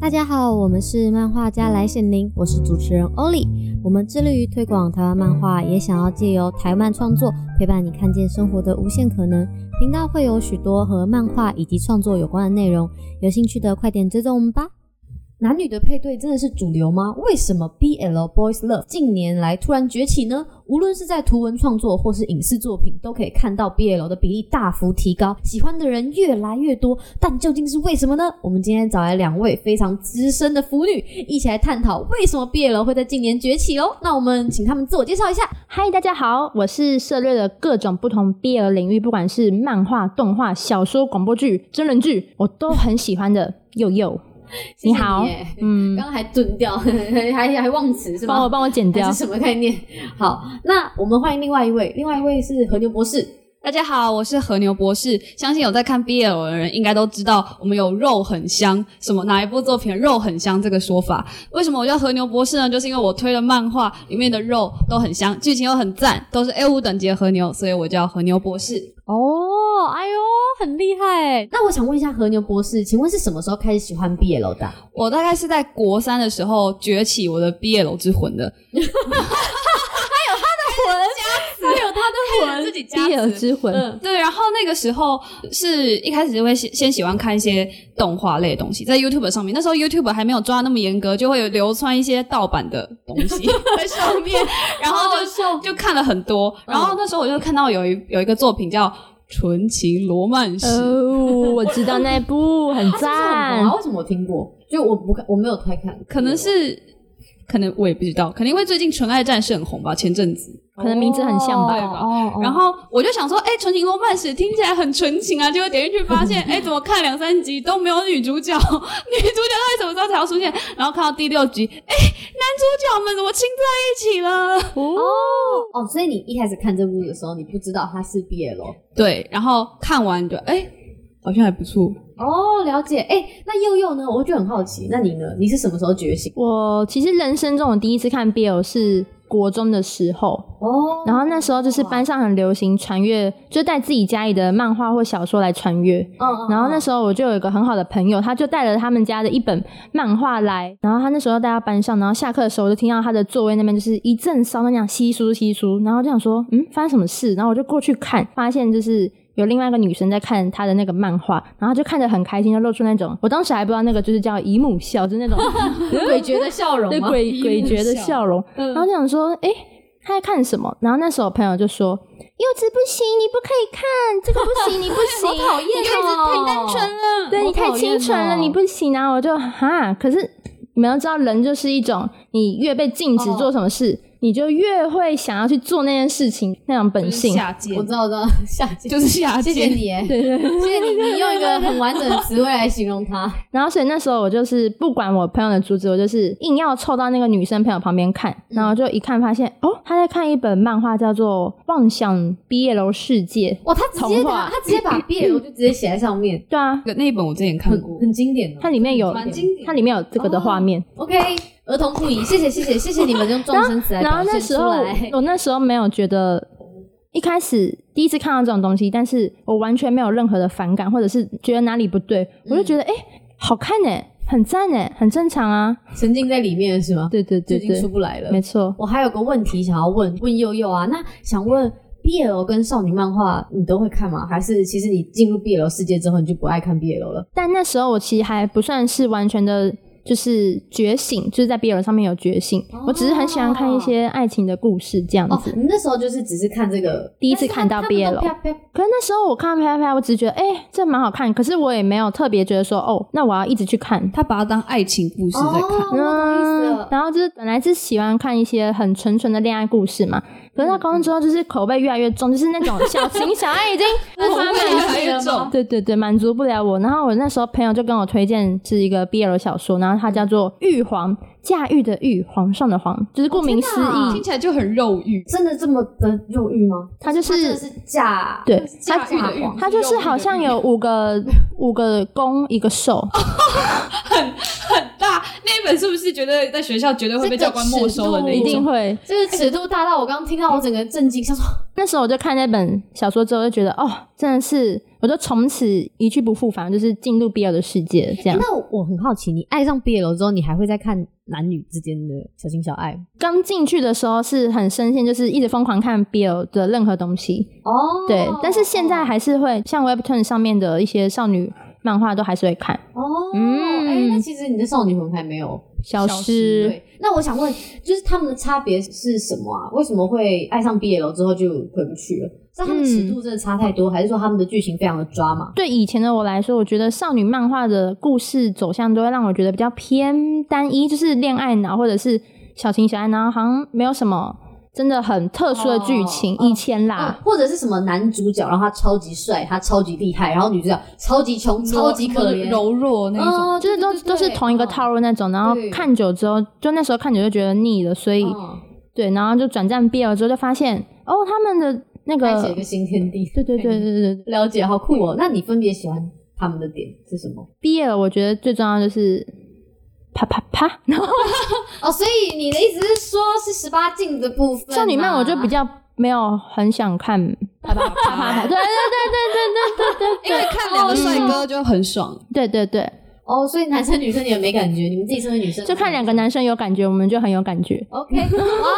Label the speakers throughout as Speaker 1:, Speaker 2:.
Speaker 1: 大家好，我们是漫画家来显灵，我是主持人欧里。我们致力于推广台湾漫画，也想要借由台漫创作陪伴你看见生活的无限可能。频道会有许多和漫画以及创作有关的内容，有兴趣的快点追踪我们吧。男女的配对真的是主流吗？为什么 BL Boys Love 近年来突然崛起呢？无论是在图文创作或是影视作品，都可以看到 BL 的比例大幅提高，喜欢的人越来越多。但究竟是为什么呢？我们今天找来两位非常资深的腐女，一起来探讨为什么 BL 会在近年崛起哦。那我们请他们自我介绍一下。
Speaker 2: 嗨，大家好，我是涉猎了各种不同 BL 领域，不管是漫画、动画、小说、广播剧、真人剧，我都很喜欢的。佑佑，
Speaker 1: 谢谢
Speaker 2: 你好
Speaker 1: 耶
Speaker 2: 嗯，
Speaker 1: 刚刚还顿掉，还还忘词是
Speaker 2: 帮我
Speaker 1: 吗？
Speaker 2: 帮我剪
Speaker 1: 还
Speaker 2: 掉
Speaker 1: 是。 什么概念？好，那我们欢迎另外一位，另外一位是和牛博士。
Speaker 3: 大家好，我是和牛博士。相信有在看 BL 的人应该都知道，我们有“肉很香”什么哪一部作品“肉很香”这个说法。为什么我叫和牛博士呢？就是因为我推的漫画里面的肉都很香，剧情又很赞，都是 A 五等级的和牛，所以我叫和牛博士。
Speaker 1: 哦，哎呦，很厉害！那我想问一下和牛博士，请问是什么时候开始喜欢 BL 的啊？
Speaker 3: 我大概是在国三的时候崛起我的 BL 之魂的，
Speaker 1: 还有他的魂，
Speaker 3: 自己加词
Speaker 2: BL 之 魂，
Speaker 1: 嗯
Speaker 3: 对，然后那个时候是一开始就会先先喜欢看一些动画类的东西，在 YouTube 上面，那时候 YouTube 还没有抓得那么严格，就会有流窜一些盗版的东西 在上面，然后
Speaker 1: 就受
Speaker 3: 就看了很多，然后那时候我就看到有一有一个作品叫《纯情罗曼史》。
Speaker 2: 哦，我知道那一部，很赞
Speaker 1: 啊，。为什么我听过？就我不看，我没有太看，
Speaker 3: 可能是，可能我也不知道，可能因为最近《纯爱战士》很红吧，前阵子。
Speaker 2: 可能名字很像吧
Speaker 1: 哦哦哦
Speaker 3: 然后我就想说，哎、纯情罗曼史》听起来很纯情啊，结果点进去发现，哎、怎么看两三集都没有女主角？女主角 到底什么时候才要出现？然后看到第六集，哎、男主角们怎么亲在一起了？
Speaker 1: 哦，所以你一开始看这部的时候，你不知道它是 BL
Speaker 3: 对，然后看完就，哎、好像还不错。
Speaker 1: 哦，了解。哎，那佑佑呢？我就很好奇，那你呢？你是什么时候觉醒？
Speaker 2: 我其实人生中我第一次看 BL 是国中的时候，
Speaker 1: 哦
Speaker 2: 然后那时候就是班上很流行传阅，就带自己家里的漫画或小说来传阅。
Speaker 1: 嗯嗯
Speaker 2: 然后那
Speaker 1: 嗯
Speaker 2: 时候我就有一个很好的朋友，他就带了他们家的一本漫画来，然后他那时候带到班上，然后下课的时候我就听到他的座位那边就是一阵骚那样稀疏稀疏，然后就想说，嗯，发生什么事？然后我就过去看，发现就是。有另外一个女生在看她的那个漫画，然后她就看着很开心，就露出那种我当时还不知道那个就是叫姨母笑，就是那 种
Speaker 1: 诡谲的笑容
Speaker 2: 嗯对
Speaker 1: 吗？
Speaker 2: 诡 诡谲的
Speaker 3: 笑
Speaker 2: 笑嗯容，然后就想说，诶，他在看什么？然后那时候我朋友就说，柚子不行，你不可以看，这个不行，你不行，
Speaker 1: 讨厌
Speaker 2: 你看
Speaker 1: 哦
Speaker 2: 这太单纯了， 对
Speaker 1: 好
Speaker 2: 你太
Speaker 1: 讨厌
Speaker 2: 清纯了，
Speaker 1: 哦
Speaker 2: 你不行啊！我就哈，可是你们要知道，人就是一种，你越被禁止
Speaker 1: 哦
Speaker 2: 做什么事，你就越会想要去做那件事情，那种本性。
Speaker 3: 下贱
Speaker 1: 我知道，我知道，下集
Speaker 3: 就是 下
Speaker 1: 谢谢
Speaker 3: 贱。
Speaker 1: 你耶，谢谢你，你用一个很完整的词汇来形容它。
Speaker 2: 然后所以那时候我就是不管我朋友的阻止，我就是硬要凑到那个女生朋友旁边看，
Speaker 1: 嗯
Speaker 2: 然后就一看发现哦，她在看一本漫画叫做《妄想毕业楼世界》。
Speaker 1: 哇，他直接
Speaker 2: 童
Speaker 1: 把
Speaker 2: 话
Speaker 1: 他直接把 BL 就直接写在上面，
Speaker 2: 对啊，
Speaker 3: 那一本我之前看
Speaker 1: 很
Speaker 3: 过，
Speaker 1: 很经典哦。
Speaker 2: 它里面有
Speaker 3: 蛮经典
Speaker 2: 它里面有这个的画面。
Speaker 1: OK，儿童不宜，谢谢谢谢谢谢你们用撞声词来
Speaker 2: 然后
Speaker 1: 表
Speaker 2: 那
Speaker 1: 现
Speaker 2: 时
Speaker 1: 出
Speaker 2: 候
Speaker 1: 来。
Speaker 2: 我那时候没有觉得，一开始第一次看到这种东西，但是我完全没有任何的反感，或者是觉得哪里不对，我
Speaker 1: 嗯
Speaker 2: 就觉得哎、诶好看呢、很赞呢、很正常啊。
Speaker 1: 沉浸在里面是吗？
Speaker 2: 对对
Speaker 1: 就
Speaker 2: 对
Speaker 1: 已经
Speaker 2: 对
Speaker 1: 出，不来了
Speaker 2: 没。错。
Speaker 1: 我还有个问题想要问问佑佑啊，那想问 BL 跟少女漫画你都会看吗？还是其实你进入 BL 世界之后你就不爱看 BL 了？
Speaker 2: 但那时候我其实还不算是完全的，就是觉醒，就是在 BL 上面有觉醒。我只是很喜欢看一些爱情的故事这样
Speaker 1: 哦
Speaker 2: 子。，
Speaker 1: 你那时候就是只是看这个，
Speaker 2: 第一次看到
Speaker 1: 但是他
Speaker 2: BL
Speaker 1: 他们都啪啪
Speaker 2: 可是那时候我看啪啪啪，我只是觉得哎、诶这蛮好看，可是我也没有特别觉得说哦，那我要一直去看。
Speaker 3: 他把它当爱情故事在看。
Speaker 1: 哦，我懂意思了
Speaker 2: 嗯，然后就是本来是喜欢看一些很纯纯的恋爱故事嘛，可是
Speaker 1: 嗯
Speaker 2: 到高中之后就是口碑越来越重，就是那种小情小爱 已经无法
Speaker 3: 味
Speaker 2: 满
Speaker 3: 越来越重
Speaker 2: 对对对，满足不了我。然后我那时候朋友就跟我推荐是一个 BL 小说，然后它叫做《玉皇》，驾驭的玉，皇上的皇，就是顾名思
Speaker 1: 哦真的啊
Speaker 2: 义，
Speaker 3: 听起来就很肉欲，
Speaker 1: 真的这么的肉欲吗？
Speaker 2: 它就
Speaker 1: 他真的
Speaker 2: 是
Speaker 1: 是假，
Speaker 2: 对
Speaker 3: 驾
Speaker 2: 它
Speaker 3: 驭的欲，
Speaker 2: 它就是
Speaker 1: 哦
Speaker 2: 好像有五个五个公一个受，
Speaker 3: 很大，大，啊那一本是不是觉得在学校绝对会被教官没收的那
Speaker 2: 一
Speaker 3: 一
Speaker 2: 定
Speaker 3: 种？
Speaker 2: 会。
Speaker 1: 这个尺度大到我刚刚听到，我整个震惊，想说
Speaker 2: 那时候我就看那本小说之后，就觉得哦，真的是，我就从此一去不复返，就是进入 BL 的世界这样。
Speaker 1: 哎
Speaker 4: 那我很好奇，你爱上 BL 之后，你还会再看男女之间的小情小爱吗？
Speaker 2: 刚进去的时候是很深陷，就是一直疯狂看 BL 的任何东西，
Speaker 1: 哦，
Speaker 2: 对。但是现在还是会像 Webtoon 上面的一些少女漫画都还是会看，
Speaker 1: 哦，
Speaker 2: 嗯
Speaker 1: 哎、那其实你的少女魂还没有
Speaker 2: 消
Speaker 3: 消
Speaker 2: 失。
Speaker 1: 对。那我想问，就是他们的差别是什么啊？为什么会爱上 BL 之后就回不去了？是他们尺度真的差太多，
Speaker 2: 嗯
Speaker 1: 还是说他们的剧情非常的抓嘛？
Speaker 2: 对以前的我来说，我觉得少女漫画的故事走向都会让我觉得比较偏单一，就是恋爱脑或者是小情小爱，然后好像没有什么真的很特殊的剧情。
Speaker 1: 哦哦
Speaker 2: 以前啦，
Speaker 1: 或者是什么男主角，然后他超级帅，他超级厉害，然后女主角超级穷，超级可怜，
Speaker 3: 柔弱那一种。
Speaker 1: 哦，
Speaker 2: 就是都
Speaker 1: 对对对
Speaker 2: 都是同一个
Speaker 1: 哦
Speaker 2: 套路那种，然后
Speaker 1: 对
Speaker 2: 看久之后，就那时候看久就觉得腻了，所以、
Speaker 1: 哦
Speaker 2: 对，然后就转战 BL 之后就发现，哦，他们的那
Speaker 1: 开启了
Speaker 2: 个
Speaker 1: 一个，新天地。
Speaker 2: 对对对对对对
Speaker 1: 了解，好酷哦！那你分别喜欢他们的点是什么？
Speaker 2: ，BL 我觉得最重要就是啪啪啪，然后
Speaker 1: 哦，所以你的意思是说，是十八禁的部分、
Speaker 2: 少女漫我就比。较没有很想看啪啪啪啪 啪，对对对对对对对
Speaker 3: 因为看两个帅哥就很爽，
Speaker 2: 对对对，
Speaker 1: 哦，所以男生女生你们没感觉，你们自己身为女生
Speaker 2: 就看两个。男生有感觉，我们就很有感觉。
Speaker 1: OK，哇、哦，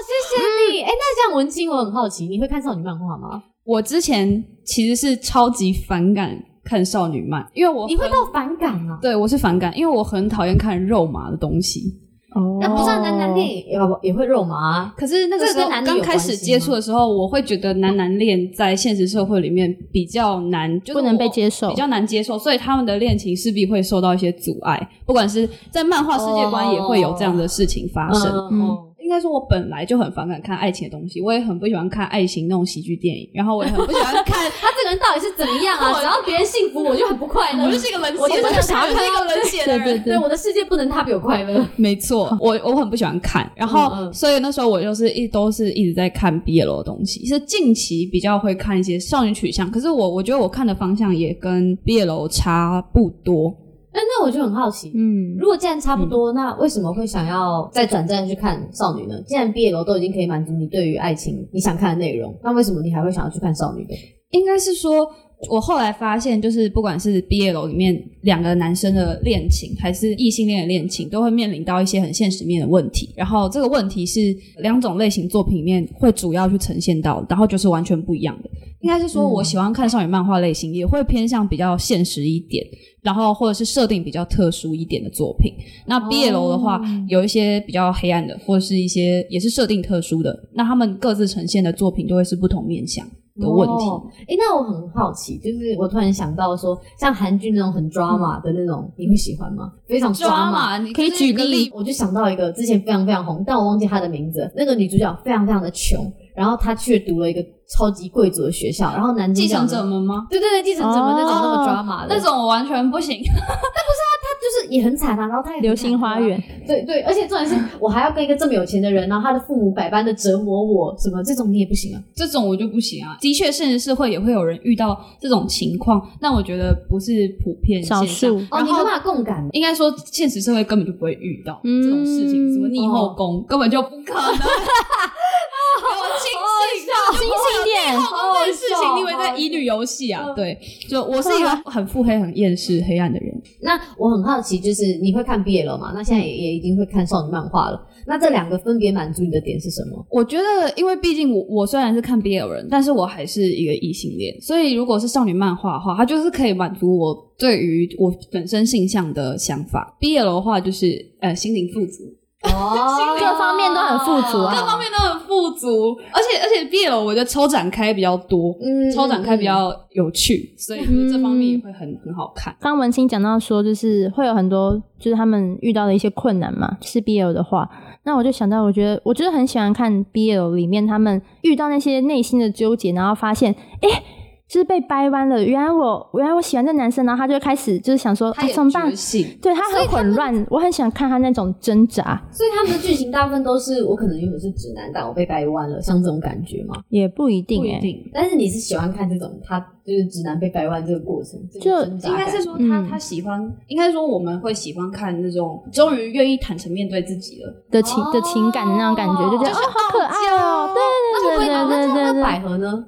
Speaker 1: 谢 谢你。哎、那这样文青，我很好奇，你会看少女漫画吗？
Speaker 3: 我之前其实是超级反感看少女漫，因为我
Speaker 1: 你会
Speaker 3: 很
Speaker 1: 到反感啊？
Speaker 3: 对我是反感，因为我很讨厌看肉麻的东西。
Speaker 2: 哦
Speaker 1: 那不算男男恋也也会肉麻、啊。
Speaker 3: 可是那个时
Speaker 1: 这个
Speaker 3: 候
Speaker 1: 跟男女有
Speaker 3: 刚开始接触的时候，我会觉得男男恋在现实社会里面比较难，就是
Speaker 2: 不能被接
Speaker 3: 我
Speaker 2: 受
Speaker 3: 比。较难接受，所以他们的恋情势必会受到一些阻碍，不管是在漫画世界观也会有这样的事情发生。
Speaker 1: 嗯，
Speaker 3: 应该说，我本来就很反感看爱情的东西，我也很不喜欢看爱情那种喜剧电影，然后我也很不喜 欢看，
Speaker 1: 他这个人到底是怎么样 啊？只要别人幸福，我就很不快乐。
Speaker 3: 我就是一个冷
Speaker 1: 嗯我就
Speaker 3: 血的
Speaker 1: 是
Speaker 3: 人，
Speaker 1: 想要
Speaker 3: 我就是一个冷血的 人，
Speaker 2: 对嗯
Speaker 1: 对我的世界不能他比我快乐。
Speaker 3: 没错，我我很不喜欢看，然后、
Speaker 1: 嗯嗯
Speaker 3: 所以那时候我就是一都是一直在看 BL 的东西，是近期比较会看一些少女取向，可是我我觉得我看的方向也跟 BL 差不多。
Speaker 1: 那那我就很好奇，
Speaker 2: 嗯，
Speaker 1: 如果既然差不多，那为什么会想要再转战去看少女呢？既然 BL 都已经可以满足你对于爱情你想看的内容，那为什么你还会想要去看少女的？
Speaker 3: 应该是说，我后来发现，就是不管是 BL 里面两个男生的恋情，还是异性恋的恋情，都会面临到一些很现实面的问题。然后这个问题是两种类型作品里面会主要去呈现到的，然后就是完全不一样的。应该是说，我喜欢看少女漫画类型，也会偏向比较现实一点，然后或者是设定比较特殊一点的作品。那 BL 的话，有一些比较黑暗的，或者是一些也是设定特殊的，那他们各自呈现的作品就会是不同面向的问题。
Speaker 1: 哦诶，那我很好奇，就是我突然想到说，像韩剧那种很 drama 的那种，你会喜欢吗？非常 drama。
Speaker 3: 嘛，你
Speaker 2: 可以
Speaker 3: 就是
Speaker 2: 举
Speaker 3: 一个
Speaker 2: 例
Speaker 1: 我就想到一个之前非常非常红，但我忘记她的名字。那个女主角非常非常的穷，然后她却读了一个超级贵族的学校，然后男主
Speaker 3: 继
Speaker 1: 角呢
Speaker 3: 承者们吗？
Speaker 1: 对对对，继承者们那种那么
Speaker 2: 哦
Speaker 1: drama 的，
Speaker 3: 那种我完全不行。
Speaker 1: 就是也很惨啊。然后她也很
Speaker 2: 流星
Speaker 1: 惨啊
Speaker 2: 花园，
Speaker 1: 对对，而且重点是我还要跟一个这么有钱的人，然后他的父母百般的折磨我，什么这种你也不行啊。
Speaker 3: 这种我就不行啊。的确，现实社会也会有人遇到这种情况，但我觉得不是普遍
Speaker 2: 少
Speaker 3: 现象。
Speaker 2: 数
Speaker 1: 哦，
Speaker 3: 然
Speaker 1: 你没
Speaker 3: 后
Speaker 1: 办法共感。
Speaker 3: 应该说，现实社会根本就不会遇到
Speaker 2: 嗯
Speaker 3: 这种事情，什么逆后宫、根本就不 可能。哦
Speaker 2: 哦清醒一点。哦
Speaker 1: 好好
Speaker 3: 这件事
Speaker 1: 笑
Speaker 3: 情，你以为在乙女游戏啊？
Speaker 1: 嗯
Speaker 3: 对，就我是一个很腹黑、很厌世、黑暗的人。
Speaker 1: 那我很好奇，就是你会看 BL 嘛？那现在也也已经会看少女漫画了。那这两个分别满足你的点是什么？
Speaker 3: 我觉得，因为毕竟我我虽然是看 BL 人，但是我还是一个异性恋，所以如果是少女漫画的话，它就是可以满足我对于我本身性向的想法。BL 的话就是呃心灵富足，
Speaker 1: 哦
Speaker 2: 各方面都很富足啊
Speaker 3: 各方面都很富足，而且而且 BL 我觉得超展开比较多，
Speaker 1: 嗯嗯
Speaker 3: 超展开比较有趣，所以我觉得这方面也会很很好看。
Speaker 2: 刚文清讲到说，就是会有很多，就是他们遇到的一些困难嘛。是 BL 的话，那我就想到，我觉得我就是很喜欢看 BL 里面他们遇到那些内心的纠结，然后发现，哎，就是被掰弯了。原来我原来我喜欢这男生，然后他就开始就是想说，
Speaker 3: 他
Speaker 2: 啊、
Speaker 1: 哦
Speaker 3: 也
Speaker 2: 怎么办
Speaker 3: 觉？醒，
Speaker 2: 对他很混乱，我很喜欢看他那种挣扎，
Speaker 1: 嗯所以他们的剧情大部分都是我可能原本是直男，但我被掰弯了，像这种感觉嘛。
Speaker 2: 也不一定
Speaker 3: 不
Speaker 2: 哎、
Speaker 3: 一定。
Speaker 1: 但是你是喜欢看这种他就是直男被掰弯这个过程，这个
Speaker 2: 就
Speaker 1: 挣扎
Speaker 3: 应
Speaker 1: 感
Speaker 3: 该是说他、
Speaker 2: 嗯
Speaker 3: 他喜欢，应该说我们会喜欢看那种终于愿意坦诚面对自己了。
Speaker 2: 的情的情感的那种感觉，就觉得
Speaker 3: 就
Speaker 2: 哦
Speaker 3: 是
Speaker 2: 好可爱哦，对对对对
Speaker 3: 哦
Speaker 2: 对对
Speaker 1: 那百
Speaker 2: 对，
Speaker 1: 合呢？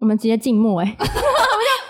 Speaker 2: 我们直接静默哎，
Speaker 3: 哦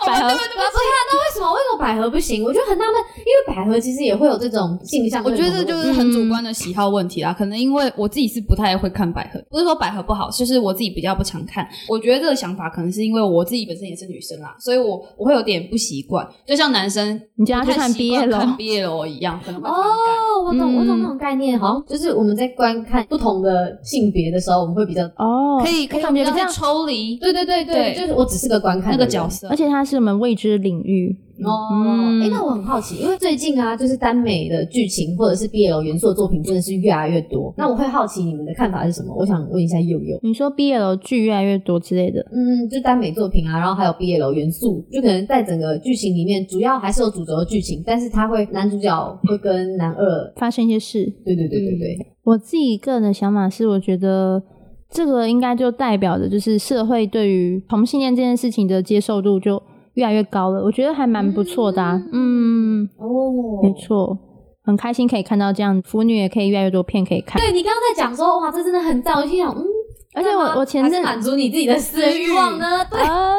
Speaker 2: 百
Speaker 1: 对
Speaker 2: 合
Speaker 1: 啊，不是啊，那为什么为什么百合不行？我就很纳闷，因为百合其实也会有这种性向
Speaker 3: 我
Speaker 1: 认
Speaker 3: 觉
Speaker 1: 同的问
Speaker 3: 得
Speaker 1: 题，
Speaker 3: 这就是很主观的喜好问题啦，可能因为我自己是不太会看百合，不是说百合不好，就是我自己比较不常看。我觉得这个想法可能是因为我自己本身也是女生啦，所以我我会有点不习惯，就像男生
Speaker 2: 你叫他去看
Speaker 3: 不太习惯
Speaker 2: BL
Speaker 3: 看 BL 一样，可能会反感。
Speaker 1: 哦，我懂，
Speaker 2: 嗯
Speaker 1: 我懂那种概念，好像就是我们在观看不同的性别的时候，我们会比较，
Speaker 2: 哦，
Speaker 3: 可以可以
Speaker 2: 感觉
Speaker 3: 比
Speaker 2: 这
Speaker 3: 较
Speaker 2: 样，
Speaker 3: 抽离
Speaker 1: 对对对
Speaker 3: 对
Speaker 1: 就是我只是个观看
Speaker 3: 那
Speaker 1: 的
Speaker 3: 个
Speaker 1: 人
Speaker 3: 角色
Speaker 2: 而。且它是我们未知领域，
Speaker 1: 哦，
Speaker 2: 嗯
Speaker 1: 哎、那我很好奇，因为最近啊，就是耽美的剧情或者是 BL 元素的作品真的是越来越多。那我会好奇你们的看法是什么？我想问一下佑佑。
Speaker 2: 你说 BL 剧越来越多之类的，
Speaker 1: 嗯，就耽美作品啊，然后还有 BL 元素，就可能在整个剧情里面，主要还是有主轴的剧情，但是他会男主角会跟男二，
Speaker 2: 发生一些事，
Speaker 1: 对对对对对，
Speaker 2: 我自己个人的想法是，我觉得这个应该就代表着就是社会对于同性恋这件事情的接受度就越来越高了，我觉得还蛮不错的、啊，嗯，
Speaker 1: 哦
Speaker 2: 没错，很开心可以看到这样，腐女也可以越来越多片可以看，
Speaker 1: 对你刚刚在讲说，哇，这真的很赞，我就心想，嗯，
Speaker 2: 而且
Speaker 1: 干嘛
Speaker 2: 我我前
Speaker 1: 还是
Speaker 2: 阵
Speaker 1: 满足你自己的私人欲望呢，
Speaker 2: 呃，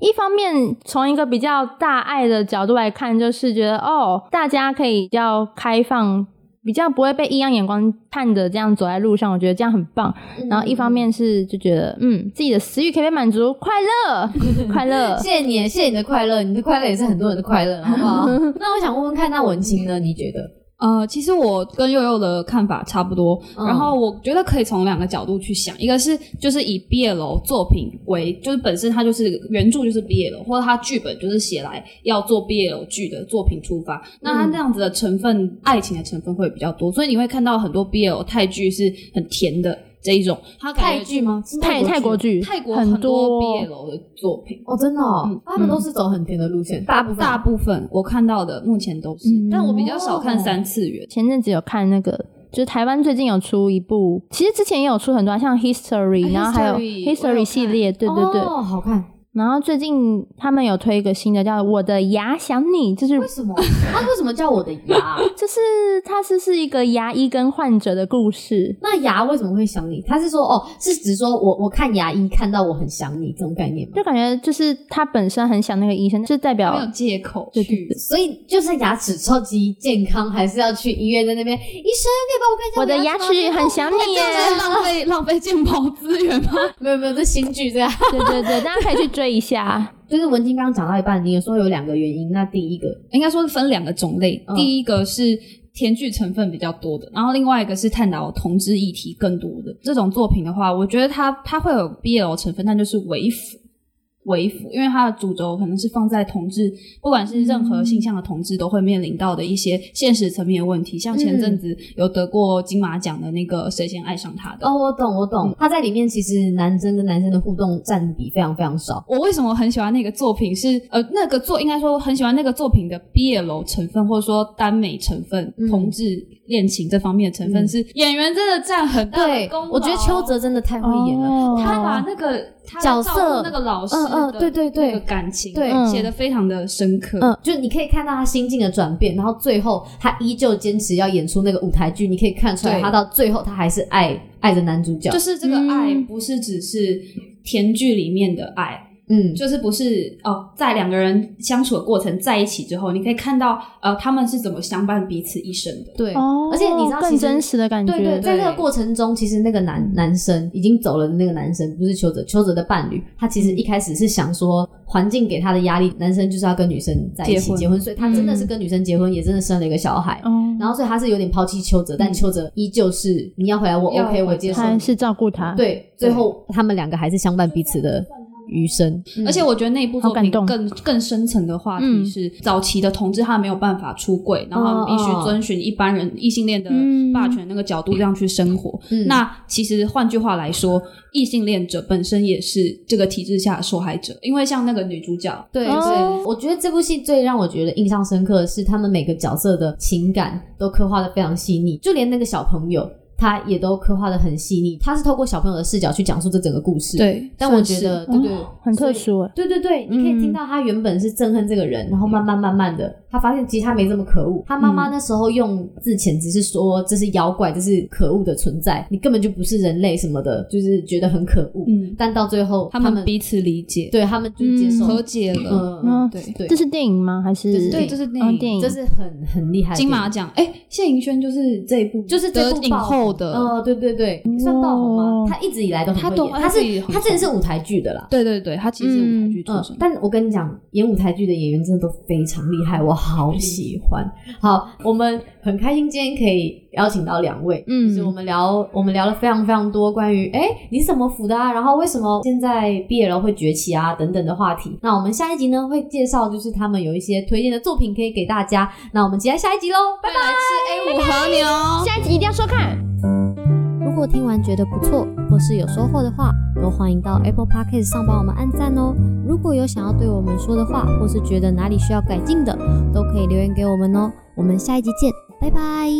Speaker 2: 一方面从一个比较大爱的角度来看，就是觉得哦，大家可以比较开放。比较不会被异样眼光看着，这样走在路上，我觉得这样很棒。
Speaker 1: 嗯
Speaker 2: 然后一方面是就觉得，嗯，自己的私欲可以被满足，快乐， 快乐。
Speaker 1: 嗯谢谢你，谢谢你的快乐，你的快乐也是很多人的快乐，啊好不好？
Speaker 2: 嗯
Speaker 1: 那我想问问看，那文青呢？你觉得？
Speaker 3: 呃，其实我跟佑佑的看法差不多，
Speaker 1: 嗯
Speaker 3: 然后我觉得可以从两个角度去想，一个是就是以 BL 作品为，就是本身它就是原著就是 BL，或者它剧本就是写来要做 BL 剧的作品出发，那它这样子的成分，爱情的成分会比较多，所以你会看到很多 BL 泰剧是很甜的这一种，它感
Speaker 1: 泰
Speaker 3: 觉
Speaker 1: 剧吗？是
Speaker 2: 泰泰国
Speaker 1: 剧
Speaker 2: 剧，
Speaker 3: 泰国
Speaker 2: 很
Speaker 3: 多
Speaker 2: 多
Speaker 3: BL 的作品。
Speaker 1: 哦，真的哦，
Speaker 3: 嗯
Speaker 1: 他们都是走很甜的路线，大部分
Speaker 3: 大部分我看到的目前都是，
Speaker 2: 嗯
Speaker 3: 但我比较少看
Speaker 1: 哦
Speaker 3: 三次元。
Speaker 2: 前阵子有看那个，就是台湾最近有出一部，其实之前也有出很多啊，像 History，、
Speaker 3: 啊
Speaker 2: 然后还有
Speaker 3: History，我有
Speaker 2: History
Speaker 3: 看
Speaker 2: 系列，对对对。
Speaker 1: 哦，好看。
Speaker 2: 然后最近他们有推一个新的叫《我的牙想你》，就是
Speaker 1: 为什么？ 他为什么叫我的牙？
Speaker 2: 就是它是是一个牙医跟患者的故事。
Speaker 1: 那牙为什么会想你？他是说哦，是指说我我看牙医看到我很想你这种概念吗？
Speaker 2: 就感觉就是他本身很想那个医生，就代
Speaker 3: 没
Speaker 2: 表
Speaker 3: 有借口
Speaker 2: 哦对
Speaker 3: 去
Speaker 1: 所以就是牙齿超级健康，还是要去医院在那边，医生可以帮我看一下
Speaker 2: 我的牙齿
Speaker 1: 吗
Speaker 2: 很想你耶。
Speaker 3: 这是浪费浪费健保资源吗？
Speaker 1: 没有没有，这新剧这样。
Speaker 2: 对对对，大家可以去追一下。
Speaker 1: 就是文青刚刚讲到一半，你也说有两个原因，那第一个
Speaker 3: 应该说分两个种类，
Speaker 1: 嗯
Speaker 3: 第一个是。甜剧成分比较多的，然后另外一个是探讨同志议题更多的这种作品的话，我觉得它它会有 BL 成分，但就是为辅为辅，因为它的主轴可能是放在同志，不管是任
Speaker 1: 嗯
Speaker 3: 何性向的同志都会面临到的一些现实层面的问题，像
Speaker 1: 嗯
Speaker 3: 前阵子有得过金马奖的那个《谁先爱上他》的。
Speaker 1: 哦，我懂我懂，他在里面其实男生跟男生的互动占比非常非常少。
Speaker 3: 我为什么很喜欢那个作品是？呃，那个作应该说很喜欢那个作品的 BL 成分，或者说耽美成分、
Speaker 1: 嗯
Speaker 3: 同志恋情这方面的成分
Speaker 1: 嗯
Speaker 3: 是，演员真的占很大的
Speaker 1: 对
Speaker 3: 功劳。，
Speaker 1: 我觉得邱泽真的 太会演了。
Speaker 2: 哦
Speaker 3: 他把那个他在
Speaker 1: 角色
Speaker 3: 照顾那个老师的、
Speaker 1: 嗯嗯对对对
Speaker 3: 那个感情
Speaker 1: 对
Speaker 2: 嗯
Speaker 3: 写的非常的深刻。
Speaker 1: 嗯，就你可以看到他心境的转变，然后最后他依旧坚持要演出那个舞台剧，你可以看出来
Speaker 3: 对
Speaker 1: 他到最后他还是爱爱着男主角
Speaker 3: 就。是这个爱
Speaker 2: 嗯
Speaker 3: 不是只是甜剧里面的爱，
Speaker 1: 嗯，
Speaker 3: 就是不是哦，在两个人相处的过程在一起之后，你可以看到呃他们是怎么相伴彼此一生的。
Speaker 1: 对。
Speaker 2: 哦，
Speaker 1: 而且你知道其
Speaker 2: 更
Speaker 1: 实
Speaker 2: 真实的感觉，
Speaker 1: 对对，在
Speaker 3: 对
Speaker 1: 那个过程中，其实那个男男生已经走了的那个男生，不是邱泽，邱泽的伴侣，他其实一开始是想说环境给他的压力，男生就是要跟女生在一
Speaker 3: 结
Speaker 1: 起
Speaker 3: 婚
Speaker 1: 结婚，所以他真的是跟女生结婚，也真的生了一个小孩。
Speaker 2: 哦，
Speaker 1: 然后所以他是有点抛弃邱泽，但邱泽依旧是你要回来我
Speaker 3: 要
Speaker 1: OK 我接受
Speaker 2: 他
Speaker 1: 你。
Speaker 2: 还是照顾他，
Speaker 1: 对，最后他们两个还是相伴彼此的余生。
Speaker 3: 而且我觉得那一部
Speaker 2: 好
Speaker 3: 作
Speaker 2: 感
Speaker 3: 品
Speaker 2: 动
Speaker 3: 更更深层的话题
Speaker 2: 嗯
Speaker 3: 是，早期的同志他没有办法出柜，然后必须
Speaker 1: 哦
Speaker 3: 遵循一般人异性恋的
Speaker 2: 嗯
Speaker 3: 霸权那个角度这样去生活。
Speaker 1: 嗯
Speaker 3: 那其实换句话来说，异性恋者本身也是这个体制下的受害者，因为像那个女主角，
Speaker 1: 对
Speaker 2: 哦
Speaker 1: 对，我觉得这部戏最让我觉得印象深刻的是，他们每个角色的情感都刻画的非常细腻，就连那个小朋友，他也都刻画的很细腻。他是透过小朋友的视角去讲述这整个故事。，
Speaker 3: 对，嗯
Speaker 1: 但我觉得对对
Speaker 2: 很特。
Speaker 1: 所以
Speaker 2: 殊哎、
Speaker 1: 对对对，你可以听到他原本是憎恨这个人，然后慢慢慢慢的，他发现其实他没这么可恶。他妈妈那时候用字遣只是说这是妖怪，这是可恶的存在，你根本就不是人类什么的，就是觉得很可恶。
Speaker 3: 嗯，
Speaker 1: 但到最后，
Speaker 3: 他
Speaker 1: 们
Speaker 3: 们彼此理解，
Speaker 1: 对他们就是接受，
Speaker 3: 和解了，
Speaker 1: 嗯
Speaker 2: 嗯
Speaker 3: 对。
Speaker 1: 对
Speaker 2: 这是电影吗？还是
Speaker 1: 对
Speaker 3: 这是电
Speaker 2: 哦
Speaker 3: 影
Speaker 2: 电影
Speaker 1: 这是很很厉害的
Speaker 3: 嗯金马
Speaker 1: 电
Speaker 3: 奖，哎、谢颖轩就是这一部，
Speaker 1: 就是这
Speaker 3: 得
Speaker 1: 部
Speaker 3: 影
Speaker 1: 爆
Speaker 3: 后的，
Speaker 1: 影，呃，对对对，算爆红
Speaker 2: 哦
Speaker 1: 吗？他一直以来都很
Speaker 3: 他
Speaker 1: 会
Speaker 3: 都
Speaker 1: 演
Speaker 3: 他
Speaker 1: 他
Speaker 3: 自己
Speaker 1: 是
Speaker 3: 很
Speaker 1: 他真的
Speaker 3: 红
Speaker 1: 是舞台剧的啦。
Speaker 3: 对对对，他其实是舞台剧出
Speaker 1: 嗯
Speaker 3: 身，，
Speaker 1: 但我跟你讲，演舞台剧的演员真的都非常厉害，我好喜欢。
Speaker 3: 嗯
Speaker 1: 好，我们很开心今天可以邀请到两位，
Speaker 2: 嗯
Speaker 1: 就是我们聊我们聊了非常非常多关于哎、诶你是怎么辅的啊，然后为什么现在 BL 会崛起啊等等的话题。那我们下一集呢会介绍就是他们有一些推荐的作品可以给大家，那我们期待下一集喽，拜拜。
Speaker 3: 来吃 A 五和牛。
Speaker 2: 下一集一定要收看。
Speaker 4: 如果听完觉得不错，或是有收获的话，都欢迎到 Apple Podcast 上帮我们按赞哦。如果有想要对我们说的话，或是觉得哪里需要改进的，都可以留言给我们哦。我们下一集见，拜拜。